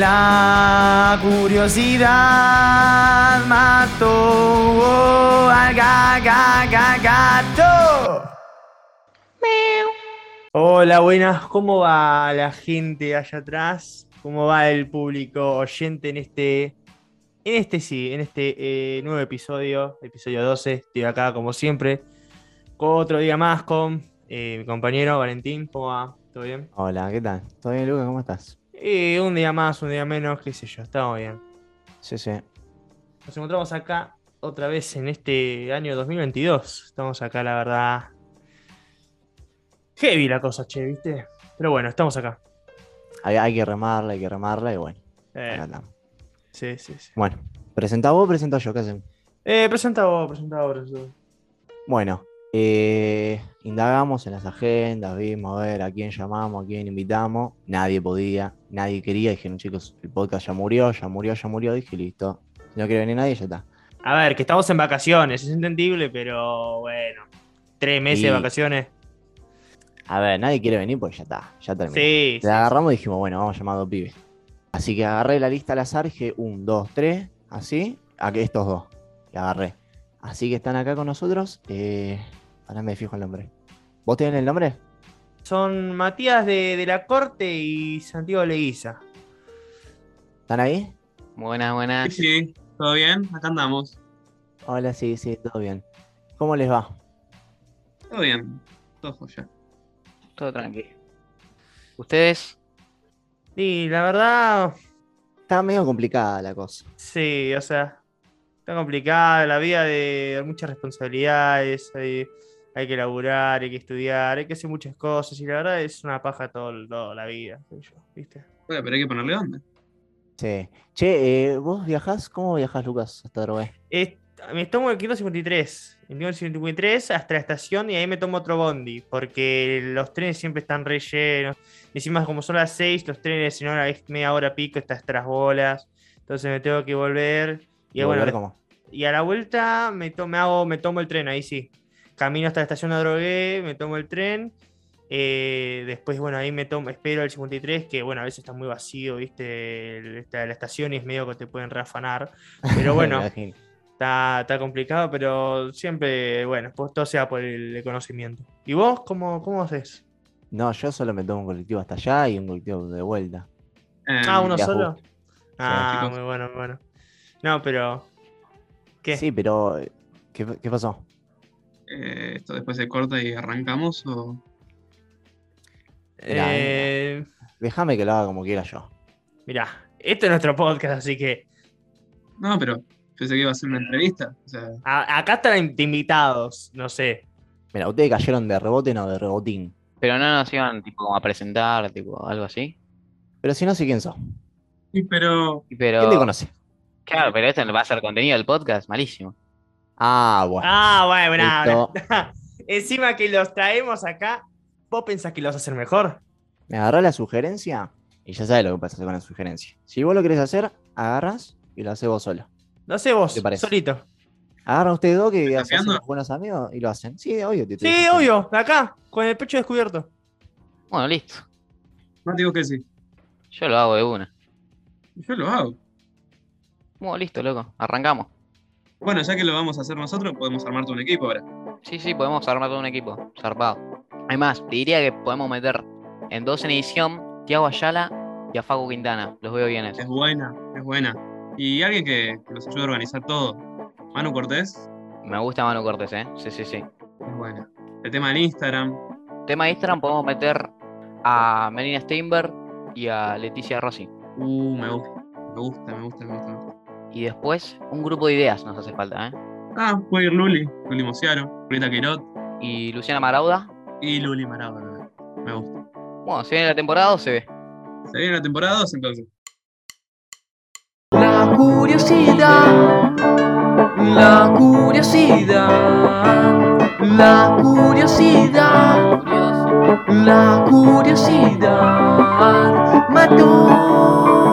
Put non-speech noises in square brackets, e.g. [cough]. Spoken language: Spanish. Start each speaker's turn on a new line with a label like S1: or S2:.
S1: La curiosidad mató al ga- ga- ga- gato. Hola, buenas. ¿Cómo va la gente allá atrás? ¿Cómo va el público oyente en este, en este sí, en este eh, nuevo episodio, episodio 12? Estoy acá como siempre, otro día más con eh, mi compañero Valentín. ¿Cómo va? ¿Todo bien?
S2: Hola, ¿qué tal? ¿Todo bien, Lucas? ¿Cómo estás?
S1: Y un día más, un día menos, qué sé yo, estamos bien.
S2: Sí, sí.
S1: Nos encontramos acá otra vez en este año 2022. Estamos acá, la verdad. Heavy la cosa, che, ¿viste? Pero bueno, estamos acá.
S2: Hay, hay que remarla, hay que remarla y bueno.
S1: Eh,
S2: acá estamos.
S1: sí, sí, sí.
S2: Bueno, presenta vos, presenta yo, ¿qué hacen?
S1: Eh, presenta vos, presenta vos, presenta vos.
S2: Bueno, eh, indagamos en las agendas, vimos a ver a quién llamamos, a quién invitamos. Nadie podía, nadie quería. Dijeron, chicos, el podcast ya murió, ya murió, ya murió. Dije, listo. Si no quiere venir nadie, ya está.
S1: A ver, que estamos en vacaciones, es entendible, pero bueno. Tres meses de
S2: Y-
S1: vacaciones.
S2: A ver, nadie quiere venir, pues ya está, ya terminó.
S1: Sí, sí.
S2: La agarramos y dijimos, bueno, vamos a llamar a dos pibes. Así que agarré la lista al azar y dije, un, dos, tres, así, a que estos dos. Y agarré. Así que están acá con nosotros. Eh, ahora me fijo el nombre. ¿Vos tenés el nombre?
S1: Son Matías de, de la Corte y Santiago Leguiza.
S2: ¿Están ahí?
S3: Buenas, buenas.
S4: Sí, todo bien, acá andamos.
S2: Hola, sí, sí, todo bien. ¿Cómo les va?
S4: Todo bien, todo joya.
S3: Todo tranquilo. ¿Ustedes?
S1: Y la verdad,
S2: Está medio complicada la cosa.
S1: Sí, o sea, está complicada la vida de muchas responsabilidades, hay, hay que laburar, hay que estudiar, hay que hacer muchas cosas y la verdad es una paja todo, el- todo la vida, qué sé yo, ¿viste?
S4: Bueno, pero hay que ponerle onda.
S2: Sí. Che, eh, ¿vos viajás? ¿Cómo viajás, Lucas, hasta Drogué?
S1: Es- me tomo el 553, el 553 hasta la estación y ahí me tomo otro bondi, porque los trenes siempre están re llenos. Encima, como son las 6, los trenes, si no, es media hora pico, está tras bolas. Entonces me tengo que volver. Y, bueno,
S2: volver cómo?
S1: Y a la vuelta me, to- me hago, me tomo el tren, ahí sí. Camino hasta la estación de Drogué, me tomo el tren. eh, después, bueno, ahí me tomo, espero el 53, que bueno, a veces está muy vacío, viste, el- esta- la estación y es medio que te pueden reafanar.
S2: [laughs]
S1: Pero bueno,
S2: Me imagino.
S1: está, está complicado, pero siempre, bueno, pues todo sea por el conocimiento. ¿Y vos cómo, cómo haces?
S2: No, yo solo me tomo un colectivo hasta allá y un colectivo de vuelta.
S4: Eh,
S1: Ah, uno
S2: Yahoo.
S1: solo. Ah,
S4: chicos.
S1: muy bueno, muy bueno. No, pero. ¿Qué?
S2: Sí, pero eh, ¿qué, qué pasó?
S4: eh, esto después se corta y arrancamos o.
S2: Mirá,
S1: eh,
S2: Déjame que lo haga como quiera yo.
S1: mirá, este es nuestro podcast, así que.
S4: No, pero pensé que iba a ser una entrevista. O sea,
S1: A- acá están in- de invitados, no sé.
S2: Mira, ustedes cayeron de rebote, no de rebotín.
S3: Pero no nos iban tipo como a presentar, tipo algo así.
S2: Pero si no sé quién sos.
S4: sí, pero.
S3: Y Pero,
S2: ¿Quién te conoce?
S3: Claro, pero esto va a ser contenido del podcast, malísimo.
S2: Ah, bueno.
S1: Ah, bueno, bueno,
S2: listo.
S1: bueno. [laughs] Encima que los traemos acá, ¿vos pensás que los vas a hacer mejor?
S2: Me agarrás la sugerencia y ya sabes lo que pasa con la sugerencia. Si vos lo querés hacer, agarras y lo haces vos solo.
S1: Lo hacés vos,
S2: ¿Te parece?
S1: solito.
S2: Agarra ustedes dos que
S4: ¿Estás
S2: se hacen
S4: fiando?
S2: los buenos amigos y lo hacen. Sí, obvio. te estoy
S1: Sí,
S2: diciendo.
S1: obvio, acá, con el pecho descubierto.
S3: Bueno, listo.
S4: No digo que sí.
S3: Yo lo hago de una.
S4: Yo lo hago.
S3: Bueno, listo, loco. Arrancamos.
S4: Bueno, ya que lo vamos a hacer nosotros, podemos armarte un equipo ahora.
S3: Sí, sí, podemos armar todo un equipo. Zarpado. Además, te diría que podemos meter en dos en edición Tiago Ayala y a Facu Quintana. Los veo bien
S4: Es
S3: eso.
S4: buena, es buena. Y alguien que, que nos ayude a organizar todo. Manu Cortés,
S3: Me gusta Manu Cortés, ¿eh? Sí, sí, sí.
S4: es buena. El tema del Instagram.
S3: Tema de Instagram podemos meter a Melina Steinberg y a Leticia Rossi.
S4: Uh, me gusta. Me gusta, me gusta, me gusta. me gusta.
S3: Y después, un grupo de ideas nos hace falta, ¿eh?
S4: Ah, puede ir Luli, Luli Mociaro, Julieta Quirot
S3: Y Luciana Marauda.
S4: y Luli Maradona. Me gusta.
S3: Bueno, ¿se viene la temporada o se ve?
S4: Se viene la temporada 2 entonces.
S5: La curiosidad, la curiosidad, la curiosidad, la curiosidad mató